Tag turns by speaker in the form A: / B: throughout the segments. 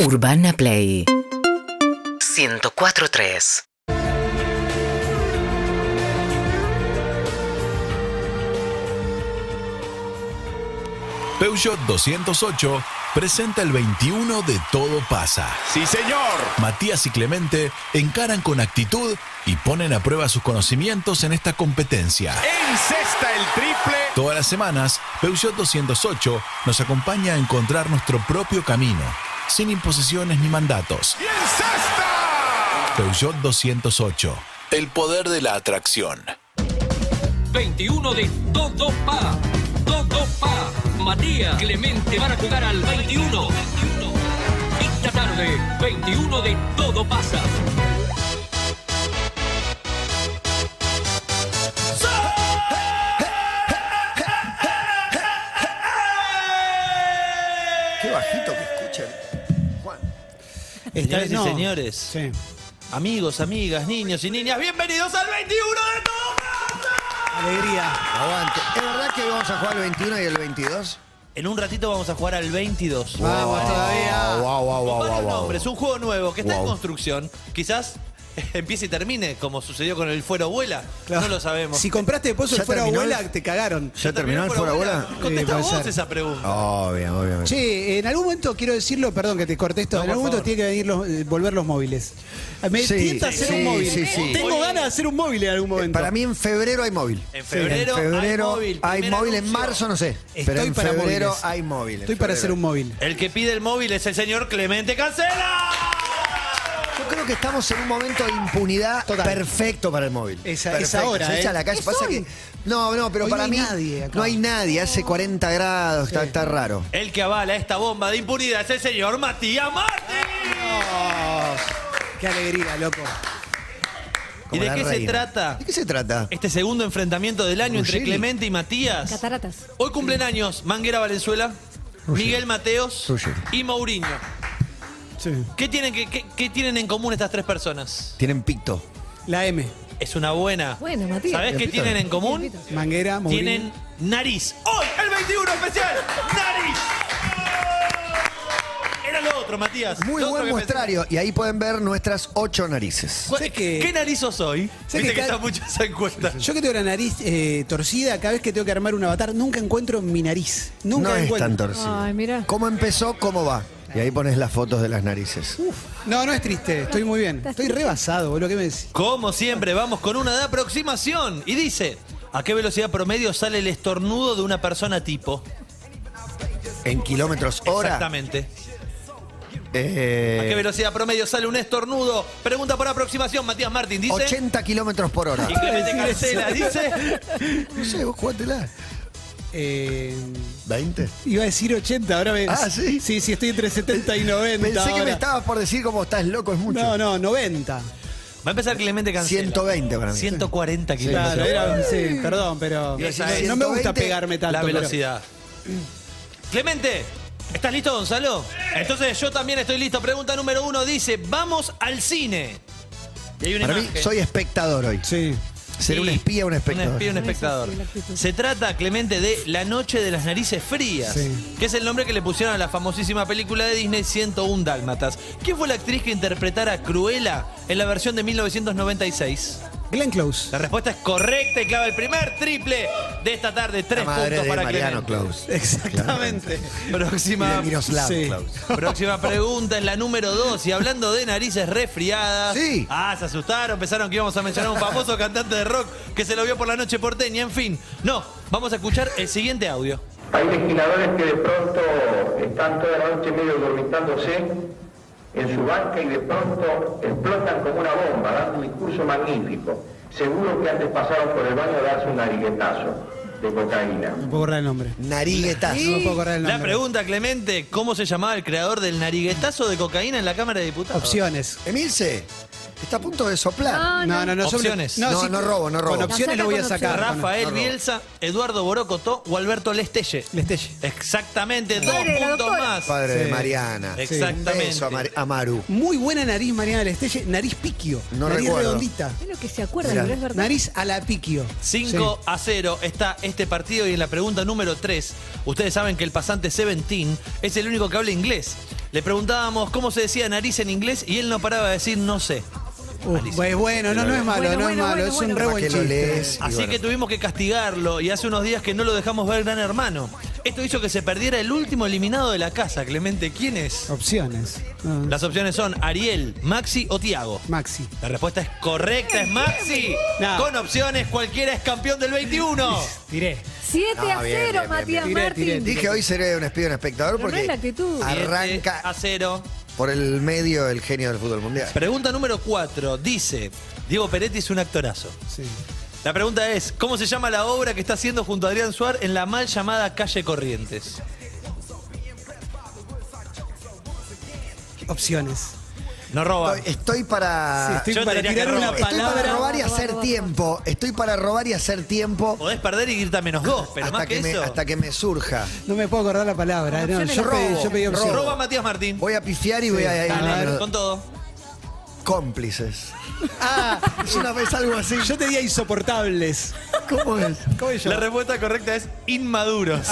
A: Urbana Play 104.3
B: Peugeot 208 presenta el 21 de Todo pasa.
C: Sí, señor.
B: Matías y Clemente encaran con actitud y ponen a prueba sus conocimientos en esta competencia.
C: Encesta el triple.
B: Todas las semanas, Peugeot 208 nos acompaña a encontrar nuestro propio camino, sin imposiciones ni mandatos.
C: Y encesta.
B: Peugeot 208, el poder de la atracción.
D: 21 de Todo Pa. Todo Pa. Matías Clemente van a jugar al 21. Esta tarde, 21 de Todo Pasa.
E: Qué bajito que escuchan. Juan.
F: Señores y
G: no.
F: señores,
G: Sí.
F: amigos, amigas, niños y niñas, bienvenidos al 21 de todo.
G: Alegría.
F: Ah,
E: Aguante. ¿Es verdad que hoy vamos a jugar el 21 y el 22?
F: En un ratito vamos a jugar al 22.
G: Vamos todavía.
E: Wow,
F: Con
E: wow, wow,
F: varios
E: wow, wow.
F: nombres, un juego nuevo que está en
E: Wow.
F: construcción. Quizás empiece y termine, como sucedió con el Fuero Abuela.
G: Claro.
F: No lo sabemos.
G: Si compraste después el
E: ¿Ya
G: fuera
E: terminó
G: abuela,
E: el-
G: te cagaron.
E: ¿Ya terminó el fuera bola?
F: Contesta
G: Sí, puede
F: vos
G: ser.
F: esa pregunta.
E: Oh. Obvio, obviamente.
G: Che, en algún momento quiero decirlo, perdón que te corté esto,
F: No,
G: en
F: por
G: algún momento
F: favor.
G: tiene que venir los- eh, volver los móviles. Me
E: Sí,
G: tienta hacer
E: sí,
G: un móvil.
E: sí, sí. Eh,
G: Tengo ganas de hacer un móvil en algún momento.
E: Para mí en febrero hay móvil.
F: En febrero,
E: en febrero
F: hay móvil.
E: hay
F: primer
E: móvil, en
F: anuncio.
E: marzo no sé.
G: Estoy
E: pero en
G: para
E: febrero
G: móviles.
E: hay móvil. en
G: Estoy para
E: febrero.
G: hacer un móvil.
F: El que pide el móvil es el señor Clemente Cancela.
E: Yo creo que estamos en un momento de impunidad
G: Total.
E: perfecto para el móvil.
G: Esa-
E: Perfecto.
G: esa hora,
E: Se echa
G: ¿eh?
E: a la calle.
G: Es
E: Pasa
G: hoy.
E: que- no, no, pero
G: Hoy
E: para
G: no hay
E: mí
G: nadie acá.
E: no hay nadie. Hace 40 grados, está, está raro.
F: El que avala esta bomba de impunidad es el señor Matías Martín.
G: Qué alegría, loco.
F: ¿Y
E: Como
F: de
E: la
F: qué se
E: reina.
F: trata?
E: ¿De qué se trata?
F: Este segundo enfrentamiento del año entre
E: Ruggeri.
F: Clemente y Matías.
H: Cataratas.
F: Hoy cumplen años Manguera Valenzuela, Miguel Mateos
E: Ruggeri.
F: y Mourinho.
G: Sí.
F: ¿Qué tienen, que- qué- qué tienen en común estas tres personas?
E: Tienen picto.
G: La M.
F: Es una buena.
H: Bueno, Matías.
F: ¿Sabés qué tienen en común?
G: Manguera, móvil.
F: Tienen nariz. ¡Hoy! ¡El 21 especial! ¡Nariz! Era lo otro, Matías.
E: ¡Oh! Muy
F: Lo otro
E: buen
F: que
E: muestrario. Y ahí pueden ver nuestras ocho narices.
F: pensé.
G: Sé
F: ¿Qué,
G: que-
F: ¿Qué nariz sos hoy?
G: Sé
F: Viste que
G: que ca-
F: está mucho esa encuesta.
G: Yo que tengo la nariz eh, torcida, cada vez que tengo que armar un avatar, nunca encuentro mi nariz. Nunca
E: no es
G: encuentro.
E: tan torcido.
H: Ay, mira.
E: ¿Cómo empezó? ¿Cómo va? Y ahí pones las fotos de las narices.
G: Uf. No, no es triste, estoy muy bien. Estoy rebasado, boludo, ¿qué me decís?
F: Como siempre, vamos con una de aproximación. Y dice, ¿a qué velocidad promedio sale el estornudo de una persona tipo?
E: En kilómetros hora.
F: Exactamente.
E: eh,
F: ¿A qué velocidad promedio sale un estornudo? Pregunta por aproximación, Matías Martín dice.
E: 80 kilómetros por hora.
F: Y Clemente Carcela dice.
E: No sé, vos jugátela.
G: Eh,
E: 20.
G: iba a decir 80, ahora ves.
E: Ah, ¿sí?
G: Sí, sí, estoy entre 70 y 90.
E: Pensé que
G: ahora.
E: me estabas por decir como estás loco, es mucho.
G: No, no, 90.
F: Va a empezar Clemente Cancela.
E: 120 para mí.
F: 140 kilómetros.
G: Claro, era, sí, perdón, pero
F: Iba a decir
G: no me gusta
E: 120,
G: pegarme tanto.
F: La
G: pero-
F: velocidad. Clemente, ¿estás listo, Gonzalo? Entonces yo también estoy listo. Pregunta número uno dice, vamos al cine. Y hay una
E: Para mí,
F: imagen.
E: soy espectador hoy.
G: Sí.
E: Ser un
F: Y-
E: espía, un espectador.
F: Un espía, un espectador.
H: Eso sí, la actitud.
F: Se trata, Clemente, de La Noche de las Narices Frías,
G: Sí.
F: que es el nombre que le pusieron a la famosísima película de Disney 101 Dálmatas. ¿Quién fue la actriz que interpretara a Cruella en la versión de 1996?
G: Glenn Close.
F: La respuesta es correcta y clava el primer triple de esta tarde. Tres
E: La madre
F: puntos
E: de
F: para
E: Mariano
F: Clemente.
E: Claus.
G: Exactamente.
E: Y de
F: Próxima,
E: Miroslav
G: Sí.
E: Claus.
F: próxima pregunta es la número dos. Y hablando de narices resfriadas.
E: Sí.
F: Ah, se asustaron, pensaron que íbamos a mencionar a un famoso cantante de rock que se lo vio por la noche porteña. En fin, no, vamos a escuchar el siguiente audio.
I: Hay legisladores que de pronto están toda la noche medio dormitándose en su banca y de pronto explotan como una bomba, dando un discurso magnífico. Seguro que antes pasaron por el baño a darse un nariguetazo de cocaína.
G: No puedo borrar el nombre.
E: Nariguetazo.
G: No puedo borrar el nombre.
F: La pregunta, Clemente, ¿cómo se llamaba el creador del nariguetazo de cocaína en la Cámara de Diputados?
G: Opciones.
E: Emilce, está a punto de soplar.
H: Ah,
G: No, no, no. son-
F: Opciones.
E: No, no robo, no robo.
G: Con opciones
H: La saca
G: lo voy a
H: con
G: sacar.
H: opciones.
G: Con-
F: Rafael
E: no, no.
F: Bielsa, Eduardo Borocotó o Alberto Lestelle.
G: Lestelle.
F: Exactamente, dos
H: Padre de la
F: puntos
H: doctora.
F: más.
E: Padre de
G: Sí.
E: Mariana.
F: Sí. Exactamente.
E: Un beso a, Mar- a Maru.
G: Muy buena nariz, Mariana del Estelle. Nariz piquio.
E: No
G: nariz
E: recuerdo.
G: redondita.
H: Es lo que se acuerdan,
E: Mirá.
H: pero es verdad.
G: Nariz a la piquio.
F: 5 a 0 está este partido y en la pregunta número 3, ustedes saben que el pasante Seventeen es el único que habla inglés. Le preguntábamos cómo se decía nariz en inglés y él no paraba de decir no sé.
G: Uh, pues bueno, no, no es malo,
A: Bueno,
G: no es
A: bueno,
G: malo,
A: bueno,
G: es un
A: bueno.
G: re
E: Para
G: buen
E: que lo
G: chiste.
E: lees. y
F: Así
E: bueno.
F: que tuvimos que castigarlo y hace unos días que no lo dejamos ver Gran Hermano. Esto hizo que se perdiera el último eliminado de la casa, Clemente. ¿Quién es?
G: Opciones. No,
F: Las opciones son Ariel, Maxi o Tiago.
G: Maxi.
F: La respuesta es correcta, es Maxi.
G: No.
F: Con opciones, cualquiera es campeón del 21.
G: Tiré.
A: 7
E: Ah,
A: a 0,
E: bien, bien, bien,
A: Matías
G: bien. Tiré,
A: Martín.
G: tiré, tiré.
E: Dije hoy seré un espía, un espectador
A: Pero no
E: porque
A: es la actitud. Ah,
E: arranca
F: Siete a cero.
E: por el medio el genio del fútbol mundial.
F: Pregunta número 4. Dice, Diego Peretti es un actorazo.
G: Sí.
F: La pregunta es, ¿cómo se llama la obra que está haciendo junto a Adrián Suárez en la mal llamada Calle Corrientes?
G: Opciones.
F: No roba.
E: Estoy, estoy para.
G: Sí, estoy
F: yo te
G: para
F: diría que
G: tirar una
F: robe.
E: Ah. estoy para
G: palabra.
E: robar y hacer tiempo. Estoy para robar y hacer tiempo
F: Podés perder y irte a menos dos, pero
E: hasta
F: más que,
E: que, me,
F: eso.
E: hasta que me surja.
G: No me puedo acordar la palabra. ¿eh? no, yo, pedí, yo pedí
E: robo.
G: opciones.
F: Roba Matías Martín.
E: Voy a pifiar y voy a ir
F: Dale, con todo.
E: cómplices. Ah, es una vez algo así.
G: Yo te di a insoportables.
E: ¿Cómo es?
G: ¿Cómo es yo?
F: La respuesta correcta es inmaduros.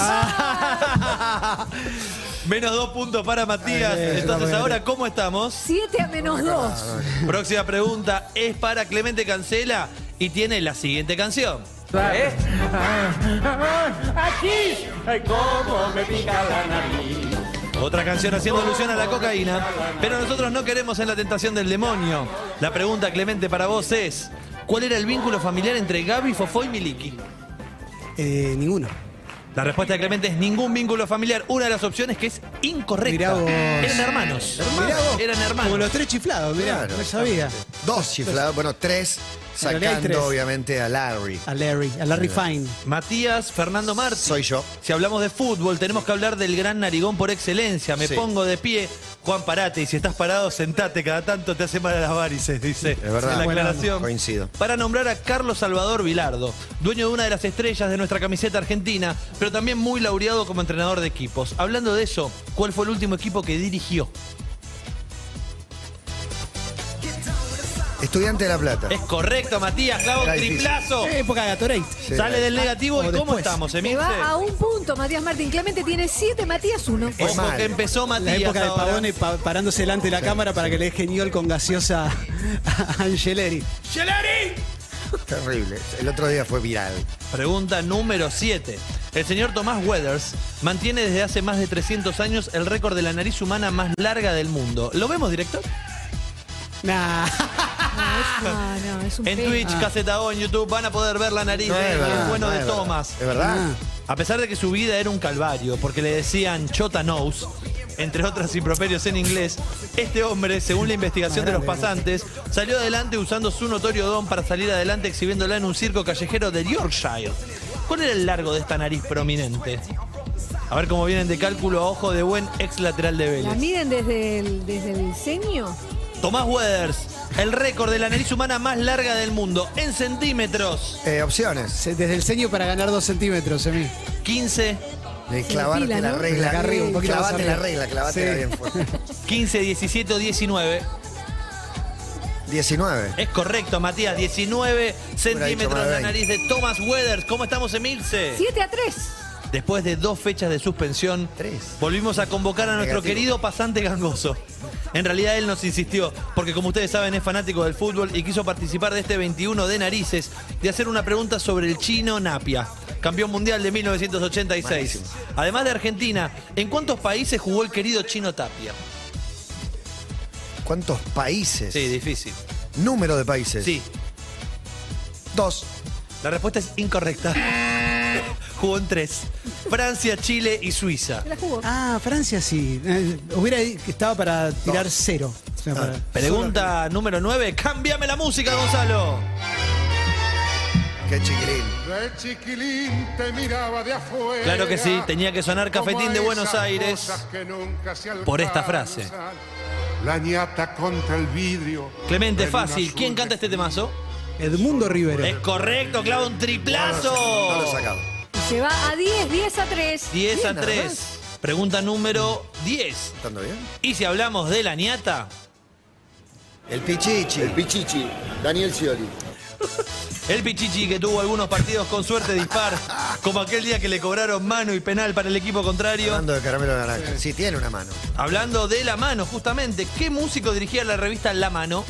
F: menos dos puntos para Matías. Entonces, ahora, ¿cómo estamos?
A: 7 a menos 2.
F: Próxima pregunta es para Clemente Cancela y tiene la siguiente canción. ¿Eh?
H: Ah, Aquí, ay, cómo me pica la nariz.
F: Otra canción haciendo alusión a la cocaína, pero nosotros no queremos en la tentación del demonio. La pregunta, Clemente, para vos es, ¿cuál era el vínculo familiar entre Gaby, Fofó y Miliki?
G: Eh, ninguno.
F: La respuesta de Clemente es ningún vínculo familiar. Una de las opciones que es
G: Mirá
F: incorrecta.
G: vos.
F: Eran hermanos.
G: Mirá vos,
F: Eran hermanos.
G: Como los tres chiflados, mirá,
E: Claro,
G: no sabía.
E: Dos chiflados, bueno, tres,
G: En realidad hay tres.
E: sacando obviamente a Larry.
G: A Larry, a Larry Fine.
F: Matías Fernando Martín.
E: Soy yo.
F: Si hablamos de fútbol, tenemos que hablar del gran narigón por excelencia. Me
E: Sí.
F: pongo de pie. Juan, parate. Y si estás parado, sentate. Cada tanto te hace mal a las varices, dice.
E: Es verdad.
F: en la
E: Buena
F: aclaración.
E: onda. Coincido.
F: Para nombrar a Carlos Salvador Vilardo, dueño de una de las estrellas de nuestra camiseta argentina, pero también muy laureado como entrenador de equipos. Hablando de eso, ¿cuál fue el último equipo que dirigió?
E: Estudiante de La Plata.
F: Es correcto, Matías. Clavo un
E: Era difícil.
F: triplazo.
G: Eh, época Gatorade.
E: Sí.
F: Sale del negativo.
G: Ah,
F: ¿Y
G: o
F: cómo
G: después.
F: estamos,
A: Se
F: Emilce?
A: va a un punto, Matías Martín. Clemente tiene 7, Matías 1.
E: Fue
F: Ojo
E: mal.
F: que empezó
G: La
F: Matías.
G: época de
F: ahora.
G: Pavone pa- parándose delante de la cámara para que le deje geniol con gaseosa a Angeleri.
E: Terrible. El otro día fue viral.
F: Pregunta número 7. El señor Tomás Weathers mantiene desde hace más de 300 años el récord de la nariz humana más larga del mundo. ¿Lo vemos, director?
G: Nah.
A: No, Ah, no, es un
F: En
A: pelo.
F: Twitch, Caseta O, en YouTube van a poder ver la nariz
E: Ah. No
F: de
E: es
F: él,
E: verdad,
F: el bueno
E: no
F: de
E: es verdad.
F: Tomás.
E: ¿Es verdad?
F: A pesar de que su vida era un calvario, porque le decían Chota Nose, entre otros improperios en inglés, este hombre, según la investigación de los pasantes, salió adelante usando su notorio don para salir adelante exhibiéndola en un circo callejero de Yorkshire. ¿Cuál era el largo de esta nariz prominente? A ver cómo vienen de cálculo a ojo de buen ex lateral de
A: ¿La
F: Vélez.
A: miden desde el, desde el ceño?
F: Tomás Weathers, el récord de la nariz humana más larga del mundo, en centímetros.
E: Eh, opciones.
G: Se- Desde el ceño para ganar dos centímetros, Emi.
F: 15,
E: De
A: Sí,
E: clavarte
A: pila,
E: la
A: ¿no?
E: regla. eh,
G: Acá arriba, un poquito más
E: clavate la
G: arriba.
E: regla, clavate
G: Sí.
E: bien fuerte.
F: 15, 17 o 19.
E: 19.
F: Es correcto, Matías. 19 centímetros
E: más
F: de la
E: de
F: nariz de Thomas Weathers. ¿Cómo estamos, Emilce?
A: 7 a 3.
F: Después de dos fechas de suspensión,
E: Tres.
F: volvimos a convocar a nuestro
E: Negativo.
F: querido pasante gangoso. En realidad él nos insistió, porque como ustedes saben es fanático del fútbol y quiso participar de este 21 de narices, de hacer una pregunta sobre el chino Napia, campeón mundial de 1986. Además de Argentina, ¿en cuántos países jugó el querido chino Tapia?
E: ¿Cuántos países?
F: Sí, difícil.
E: Número de países.
F: Sí,
E: Dos.
F: La respuesta es incorrecta. Jugó en tres. Francia, Chile y Suiza.
A: La jugó.
G: Ah, Francia sí. Eh, Hubiera que estaba para tirar cero. O sea, para-
F: Pregunta número 9. Cámbiame la música, Gonzalo.
E: Qué chiquilín.
C: De chiquilín te miraba de afuera.
F: Claro que sí, tenía que sonar
C: como
F: Cafetín de
C: esas
F: Buenos Aires
C: cosas que nunca se
F: por esta frase.
C: alcanzan. La ñata contra el vidrio.
F: Clemente,
C: La luna
F: fácil.
C: azul
F: ¿Quién canta este temazo?
G: Edmundo Rivero.
F: Es correcto, clava un
E: No lo
F: triplazo.
E: sacaba.
A: Se va a 10, 10 a 3.
F: 10 a
E: nada
F: 3. Pregunta número 10.
E: ¿Estando bien?
F: Y si hablamos de la ñata,
E: El pichichi.
J: Pichichi, Daniel Scioli.
F: El Pichichi que tuvo algunos partidos con suerte dispar, como aquel día que le cobraron mano y penal para el equipo contrario.
E: Hablando de caramelo naranja. Sí, tiene una mano.
F: Hablando de La Mano, justamente, ¿qué músico dirigía la revista La Mano?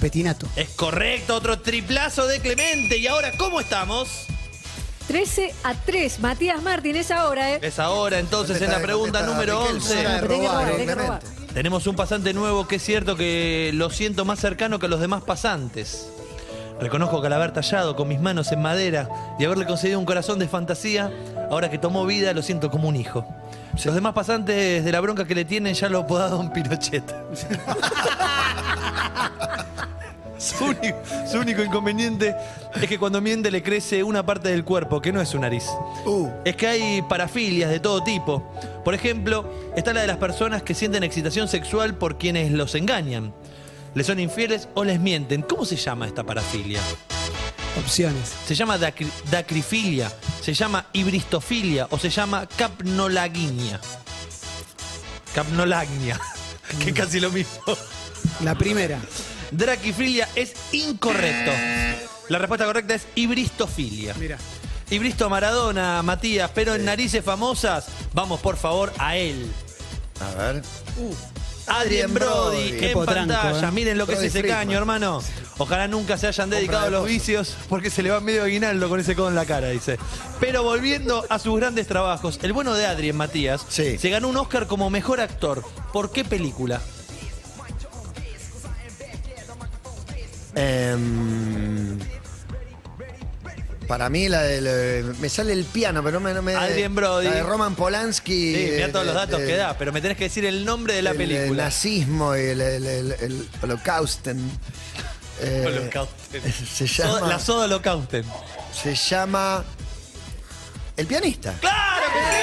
G: Petinato.
F: Es correcto, otro triplazo de Clemente. Y ahora, ¿cómo estamos?
A: 13 a 3. Matías Martín es ahora, ¿eh?
F: Es ahora entonces en la pregunta número 11.
A: Bueno, pero tiene que robar, tiene que robar.
F: Tenemos un pasante nuevo que es cierto que lo siento más cercano que a los demás pasantes. Reconozco que al haber tallado con mis manos en madera y haberle concedido un corazón de fantasía, ahora que tomó vida lo siento como un hijo. Los demás pasantes de la bronca que le tienen ya lo apodaron Don Pinochet. su, único, su único inconveniente es que cuando miente le crece una parte del cuerpo, que no es su nariz.
E: Uh.
F: Es que hay parafilias de todo tipo. Por ejemplo, está la de las personas que sienten excitación sexual por quienes los engañan. Les son infieles o les mienten. ¿Cómo se llama esta parafilia?
G: Opciones.
F: Se llama dacri- dacrifilia, se llama ibristofilia o se llama capnolaguinia. Capnolagnia, que es casi lo mismo.
G: La primera.
F: Draquifilia es incorrecto. La respuesta correcta es ibristofilia.
G: Mira.
F: Ibristo Maradona, Matías, pero en narices famosas, vamos por favor a él.
E: A ver.
F: Adrien Brody,
E: Brody.
G: Qué
F: en
G: potranco,
F: pantalla.
G: ¿eh?
F: Miren lo que
E: Brody
F: es ese
E: Friedman.
F: caño, hermano. Ojalá nunca se hayan dedicado a los
E: de
F: vicios porque se le va medio aguinaldo con ese codo en la cara, dice. Pero volviendo a sus grandes trabajos, el bueno de Adrien Matías
E: Sí.
F: se ganó un Oscar como mejor actor. ¿Por qué película?
E: Em, para mí la del... eh, Me sale el piano, pero no me... No me
F: Adrien Brody.
E: La de Roman Polanski.
F: Sí, mirá
E: eh,
F: todos los
E: eh,
F: datos
E: eh,
F: que da, pero me tenés que decir el nombre de la
E: el, eh,
F: película.
E: nazismo y el, el, el- el holocausten. Eh,
F: Holocausten.
E: Se
F: Soda-
E: llama...
F: la soda holocausten.
E: Se llama... El pianista.
F: ¡Claro que sí!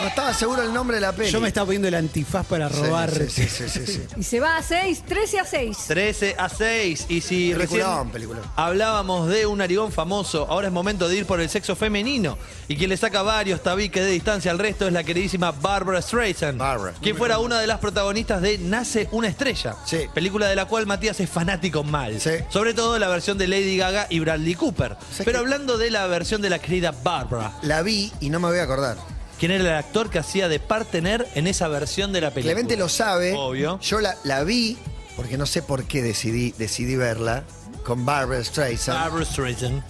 E: No estaba seguro el nombre de la peli.
G: Yo me estaba poniendo el antifaz para
E: Sí,
G: robar.
E: Sí, sí, sí, sí, sí.
A: Y se va a 6, 13 a 6.
F: 13 a 6. Y si recién
E: Peliculón, peliculón.
F: hablábamos de un arigón famoso, ahora es momento de ir por el sexo femenino. Y quien le saca varios tabiques de distancia al resto es la queridísima Barbara Streisand.
E: Barbara.
F: Quien fuera una de las protagonistas de Nace una estrella.
E: Sí.
F: Película de la cual Matías es fanático mal.
E: Sí.
F: Sobre todo la versión de Lady Gaga y Bradley Cooper.
E: Sí.
F: Pero hablando de la versión de la querida Barbara,
E: La vi y no me voy a acordar.
F: ¿quién era el actor que hacía de partener en esa versión de la película?
E: Clemente lo sabe.
F: Obvio.
E: Yo la, la vi porque no sé por qué decidí, decidí verla con Barbara Streisand.
F: Barbara Streisand.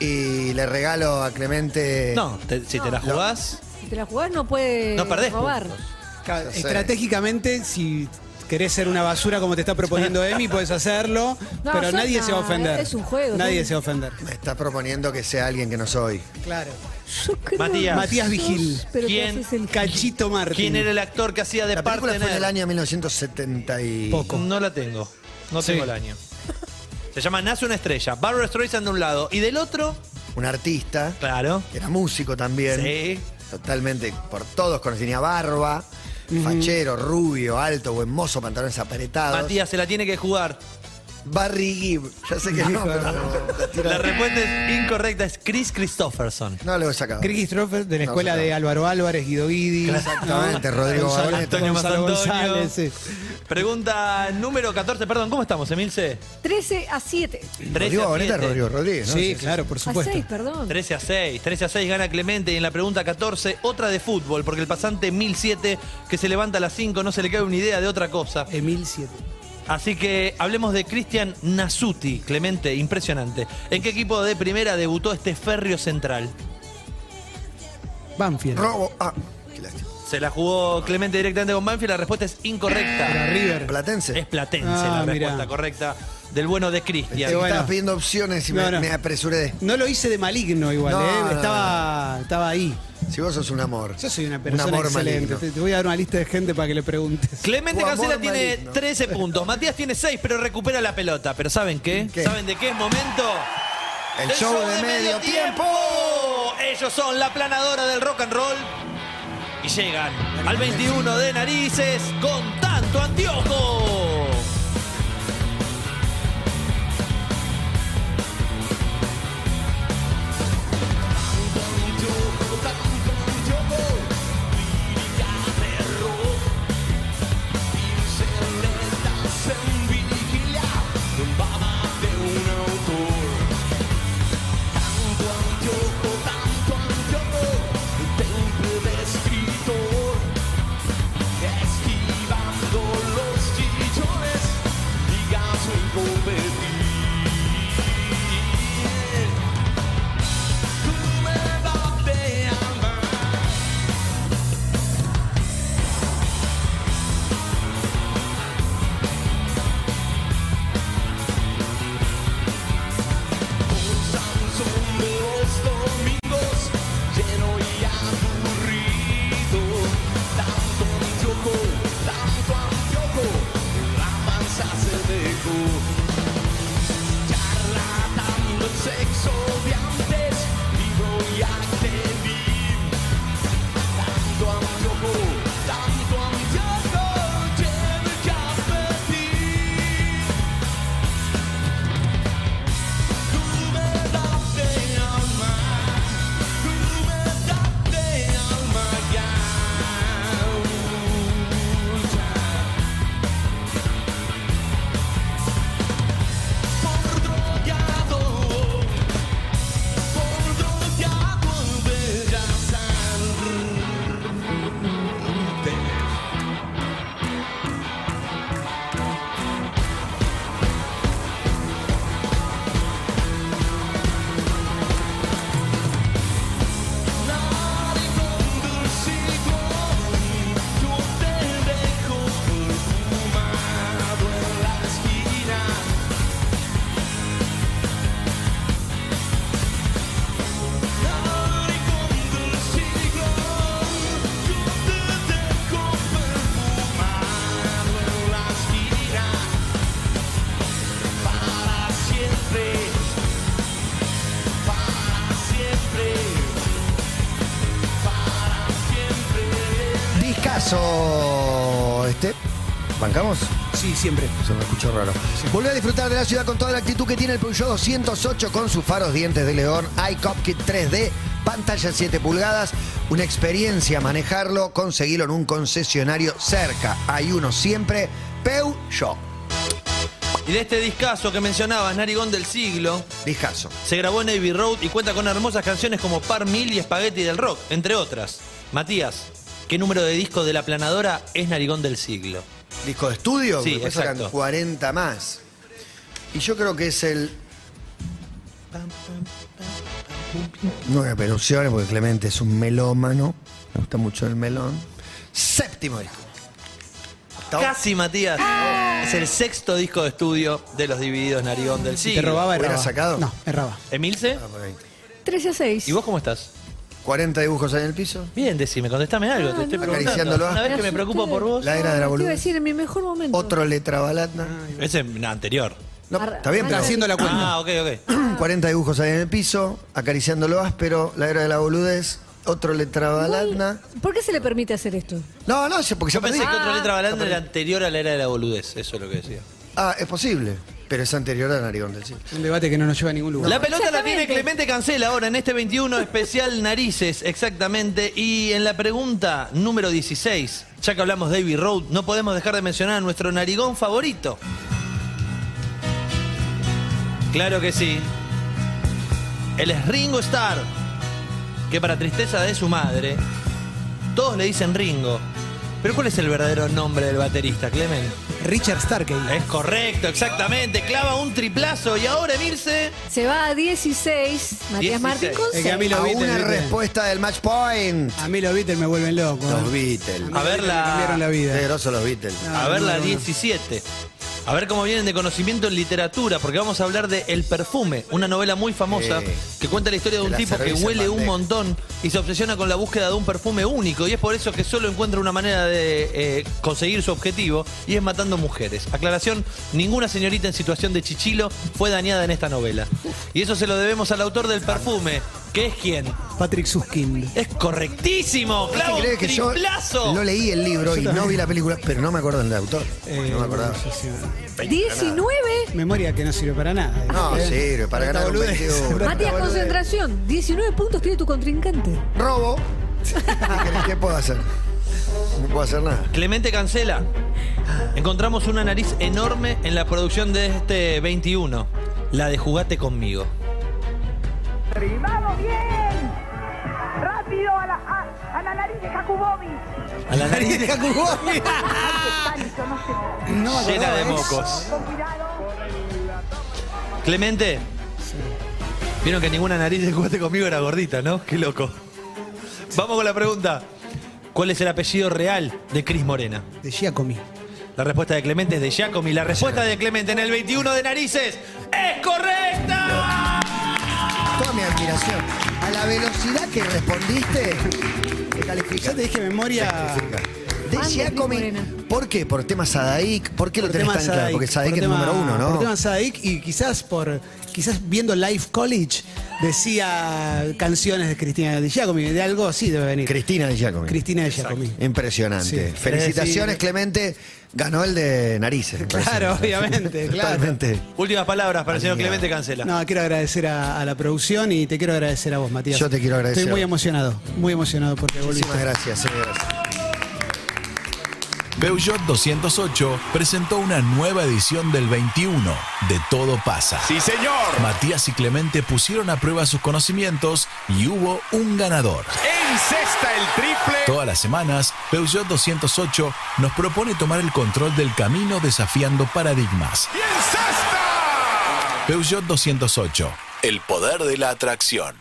E: y le regalo a Clemente.
F: No, te- si te la jugás.
A: Si te la jugás no puede
F: No perdés
A: Eh, robar.
F: puntos.
G: Ca-
E: Ya sé.
G: Estratégicamente, si querés ser una basura como te está proponiendo Emi, puedes hacerlo,
A: No,
G: pero
A: yo
G: nadie
A: no,
G: se va a ofender.
A: es un juego,
G: Nadie
A: ¿no?
G: se va a ofender.
E: Me está proponiendo que sea alguien que no soy.
G: Claro.
A: Yo creo
F: Matías.
A: que
G: Matías
A: sos,
G: Vigil.
A: Pero te
F: ¿Quién?
A: haces el
G: Cachito Martín.
F: ¿Quién era el actor que hacía de
E: La película fue en el
F: Partener?
E: año 1970 y.
G: Poco.
F: No la tengo. No
G: Sí.
F: tengo el año. Se llama Nace una estrella. Barbara Streisand de un lado y del otro,
E: Un artista.
F: claro.
E: que Era músico también.
F: Sí.
E: Totalmente por todos conocido. Tenía barba, fachero, rubio, alto, buen mozo, pantalones apretados.
F: Matías se la tiene que jugar.
E: Barry Gibb. Ya sé que no, pero. la tira-
F: La respuesta es incorrecta, es Chris Christopherson.
E: No lo he sacado.
G: Criqui Strofer de la
E: No,
G: escuela
E: no.
G: de Álvaro Álvarez, Guido Guidi.
E: Exactamente, Rodrigo
G: Gonzalo
E: Barreto.
F: Antonio más
G: Gonzalo
F: Antonio.
G: González, sí.
F: Pregunta número 14. Perdón, ¿cómo estamos, Emilce?
A: 13 a 7.
F: 13
E: Rodrigo
F: a
E: Boneta,
F: 7.
E: Rodrigo Rodríguez, ¿no?
G: Sí, claro, por
A: A
G: supuesto.
A: 6, perdón.
F: 13 a 6, 13 a 6 gana Clemente y en la pregunta 14 otra de fútbol, porque el pasante 1007 que se levanta a las 5 no se le cae una idea de otra cosa.
G: Emil 7.
F: Así que hablemos de Cristian Nasuti, Clemente, impresionante. ¿En qué equipo de primera debutó este férreo central?
G: Banfield.
E: Robo. Ah, qué lástima.
F: Se la jugó Clemente directamente con Banfield, la respuesta es
G: Para
F: incorrecta.
G: River.
F: Es
E: Platense.
F: Platense la
G: Ah, mirá. Este
F: respuesta correcta del bueno de Cristian.
E: Te
G: bueno.
E: Estabas pidiendo opciones y me,
G: No, no.
E: me apresuré.
G: No lo hice de maligno igual,
E: No,
G: ¿eh?
E: no, no.
G: Estaba, estaba ahí.
E: Si vos sos un amor.
G: Yo soy una persona
E: Un amor
G: excelente.
E: maligno.
G: Te, te voy a dar una lista de gente para que le preguntes.
F: Clemente
E: Tu amor
F: Cancela tiene
E: maligno.
F: 13 puntos, Matías tiene 6, pero recupera la pelota. ¿Pero saben qué?
E: ¿Qué?
F: ¿Saben de qué es momento?
E: El show de medio tiempo.
F: Ellos son la planadora del rock and roll. Y llegan al 21 de narices con tanto anteojo.
J: tanto anteojo, la panza se dejó. Charlatando el sexo de antes, vivo ya te vi. Tanto anteojo, tanto anteojo, lleve ya perdí. Tú me daste alma, tú me daste alma ya mucha. Por drogado, por drogado en bellas artes. Yo te dejo perfumado en la esquina Naricón del siglo Yo te dejo perfumado en la esquina Para siempre Para siempre Para siempre
E: Discaso este. ¿Bancamos?
G: Sí, siempre.
E: Se me escuchó raro. Volví a disfrutar de la ciudad con toda la actitud que tiene el Peugeot 208 con sus faros dientes de león, iCop Kit 3D, pantalla 7 pulgadas, una experiencia manejarlo, conseguilo en un concesionario cerca. Hay uno siempre, Peugeot.
F: Y de este discazo que mencionabas, Narigón del siglo,
E: Discaso.
F: se grabó en Abbey Road y cuenta con hermosas canciones como Par Mil y Espagueti del Rock, entre otras. Matías, ¿qué número de disco de la planadora es Narigón del siglo?
E: Disco de estudio,
F: Sí,
E: después
F: exacto.
E: sacan 40 más. Y yo creo que es el. No hay opciones porque Clemente es un melómano. Me gusta mucho el melón. Séptimo disco. Ah. Hasta ahora
F: Casi Matías. Es el sexto disco de estudio de los divididos Narigón del
G: Si te
F: siglo.
G: robaba,
E: ¿Hubiera
G: erraba.
E: sacado?
G: No, erraba.
F: Emilce,
E: por ahí.
A: 13 a 6.
F: ¿y vos cómo estás?
E: 40 dibujos en el piso.
F: Bien, decime, contestame algo,
A: Ah,
F: te estoy
A: no.
F: preguntando.
E: Acariciándolo.
F: Una vez que me
A: asusté.
F: preocupo por vos.
E: La era de la
A: Te iba a
E: boludez.
A: decir en mi mejor momento.
E: Otro letra balatna.
F: Ese es no, anterior.
E: No,
A: Arra-
E: está bien,
G: Está
E: pero.
G: haciendo la cuenta.
F: Ah, ok, ok.
E: 40 dibujos ahí en el piso. Acariciando lo áspero. La era de la boludez. Otro letra balatna.
A: ¿Por qué se le permite hacer esto?
E: No, no, porque ya
F: Yo
E: perdí.
F: pensé que otra letra balanda era anterior a la era de la boludez, eso es lo que decía.
E: Ah, es posible. Pero es anterior a Narigón del Siglo.
G: Un debate que no nos lleva a ningún lugar.
F: La pelota la
A: Exactamente.
F: tiene Clemente Cancela ahora en este 21 especial Narices, exactamente. Y en la pregunta número 16, ya que hablamos de Abbey Road, no podemos dejar de mencionar a nuestro narigón favorito. Claro que sí. Él es Ringo Starr, que para tristeza de su madre, todos le dicen Ringo. Pero ¿cuál es el verdadero nombre del baterista, Clemente?
G: Richard Starkey.
E: ¿Eh?
F: Es correcto, exactamente. Clava un triplazo y ahora Mirce...
A: Se va a 16.
F: 16.
A: Matías Martín con
G: Es que a mí
A: seis.
G: los
E: a
G: Beatles,
E: una
G: ¿viste?
E: respuesta del match point.
G: A mí los Beatles me vuelven loco. ¿eh?
E: Los Beatles.
G: mí
F: A ver
G: los Beatles me
F: la-
G: cambiaron la
E: Qué
G: vida.
E: grosos los Beatles.
F: A ver
E: Ah,
F: la 17. A ver cómo vienen de conocimiento en literatura, porque vamos a hablar de El perfume, una novela muy famosa
E: Sí.
F: que cuenta la historia de
E: Te
F: un
E: la
F: tipo que
E: servís en
F: huele un
E: bandeja.
F: montón y se obsesiona con la búsqueda de un perfume único y es por eso que solo encuentra una manera de eh, conseguir su objetivo y es matando mujeres. Aclaración, ninguna señorita en situación de chichilo fue dañada en esta novela. Y eso se lo debemos al autor del perfume, que es quien.
G: Patrick Susskind.
F: Es correctísimo,
E: ¿Vos te
F: clavo,
E: crees
F: un triplazo.
E: yo lo leí el libro y no vi la película, pero no me acuerdo del autor?
G: Eh,
E: no me acordaba.
G: sí, sí.
A: 19.
G: Memoria que no sirve para nada.
E: No,
G: ¿eh?
E: sirve para
G: Tanta
E: ganar un
G: boludez.
E: 21.
A: Matías, concentración. 19 puntos tiene tu contrincante.
E: Robo. ¿Qué querés? ¿Qué puedo hacer? No puedo hacer nada.
F: Clemente Cancela. Encontramos una nariz enorme en la producción de este 21. La de Jugate conmigo.
K: ¡Vamos bien! ¡Rápido a la, a, a la nariz de Jacobovi!
F: A la nariz
G: Nariz de Jacobovi.
K: Pánico, no se
G: No me acordaba
F: llena de
G: eso.
F: mocos.
K: Con cuidado.
F: Clemente. Vieron que ninguna nariz de Jugate conmigo era gordita, ¿no? Qué loco. Vamos con la pregunta. ¿Cuál es el apellido real de Cris Morena?
G: De Giacomi.
F: La respuesta de Clemente es de Giacomi. La respuesta de Clemente en el 21 de narices es correcta.
E: Toda mi admiración. A la velocidad que respondiste, te
G: Ya
E: calificas.
G: te dije memoria
E: de
A: Antes,
E: Giacomi.
A: Luis Moreno.
E: ¿Por qué? ¿Por tema Sadaik? ¿Por qué lo
G: Por
E: tenés
G: tema
E: tan claro?
G: Sadaic,
E: Porque Sadaik
G: por
E: es el
G: tema-
E: número uno,
G: Por tema
E: ¿no?
G: Sadaic y quizás por quizás viendo Life College decía canciones de Cristina de Giacomi, de algo así debe venir.
E: Cristina de Giacomi.
G: Cristina de Giacomi. Sí.
E: Impresionante.
G: Es
E: Felicitaciones, Clemente. Ganó el de narices. me parece.
G: Claro, obviamente, claro.
E: Totalmente.
F: Últimas palabras para el señor Clemente Cancela.
G: No, quiero agradecer a, a la producción y te quiero agradecer a vos, Matías.
E: Yo te quiero agradecer
G: Estoy muy
E: a vos.
G: emocionado, muy emocionado porque volviste.
E: Muchísimas gracias, señoras.
B: Peugeot 208 presentó una nueva edición del 21 de Todo pasa.
J: Sí, señor.
B: Matías y Clemente pusieron a prueba sus conocimientos y hubo un ganador.
J: Encesta el triple.
B: Todas las semanas, Peugeot 208 nos propone tomar el control del camino desafiando paradigmas.
J: Y encesta.
B: Peugeot 208, el poder de la atracción.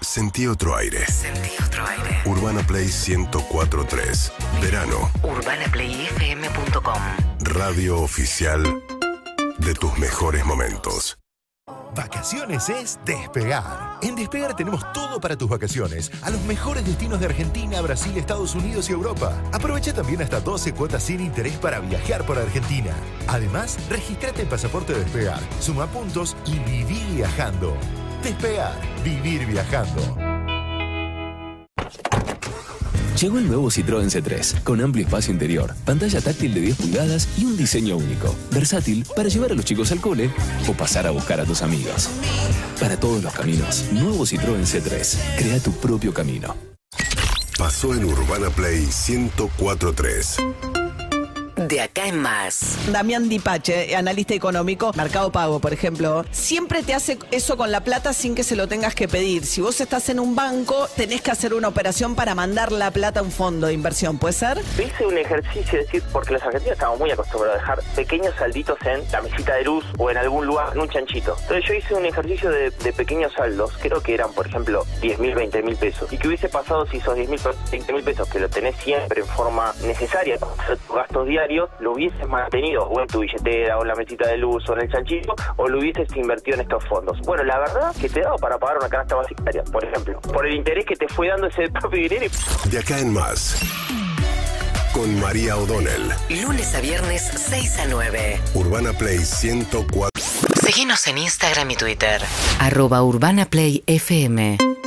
L: Sentí otro aire. Sentí otro aire. Urbana Play 1043. Verano.
M: UrbanaPlayFM.com
L: Radio oficial de tus mejores momentos.
N: Vacaciones es despegar. En Despegar tenemos todo para tus vacaciones, a los mejores destinos de Argentina, Brasil, Estados Unidos y Europa. Aprovecha también hasta 12 cuotas sin interés para viajar por Argentina. Además, registrate en Pasaporte Despegar, suma puntos y viví viajando. Despegar, vivir viajando.
O: Llegó el nuevo Citroën C3, con amplio espacio interior, pantalla táctil de 10 pulgadas y un diseño único. Versátil para llevar a los chicos al cole o pasar a buscar a tus amigos. Para todos los caminos, nuevo Citroën C3. Crea tu propio camino.
L: Pasó en Urbana Play 1043.
P: De acá en más. Damián Dipache, analista económico, Mercado Pago, por ejemplo, siempre te hace eso con la plata sin que se lo tengas que pedir. Si vos estás en un banco, tenés que hacer una operación para mandar la plata a un fondo de inversión, ¿puede ser?
Q: Hice un ejercicio, es decir, porque los argentinos estamos muy acostumbrados a dejar pequeños salditos en la mesita de luz o en algún lugar, en un chanchito. Entonces yo hice un ejercicio de, de pequeños saldos, creo que eran, por ejemplo, 10 mil, 20 mil pesos. ¿Y qué hubiese pasado si esos 10 mil, 20 mil pesos, que lo tenés siempre en forma necesaria para hacer tus gastos diarios, lo hubieses mantenido o en tu billetera o en la mesita de luz o en el chanchito o lo hubieses invertido en estos fondos? Bueno, la verdad que te daba para pagar una canasta básica, por ejemplo, por el interés que te fue dando ese propio dinero y...
L: De acá en más. Con María O'Donnell.
M: Lunes a viernes 6 a 9.
L: Urbana Play 104.
M: Seguinos en Instagram y Twitter.
P: Arroba Urbana Play FM.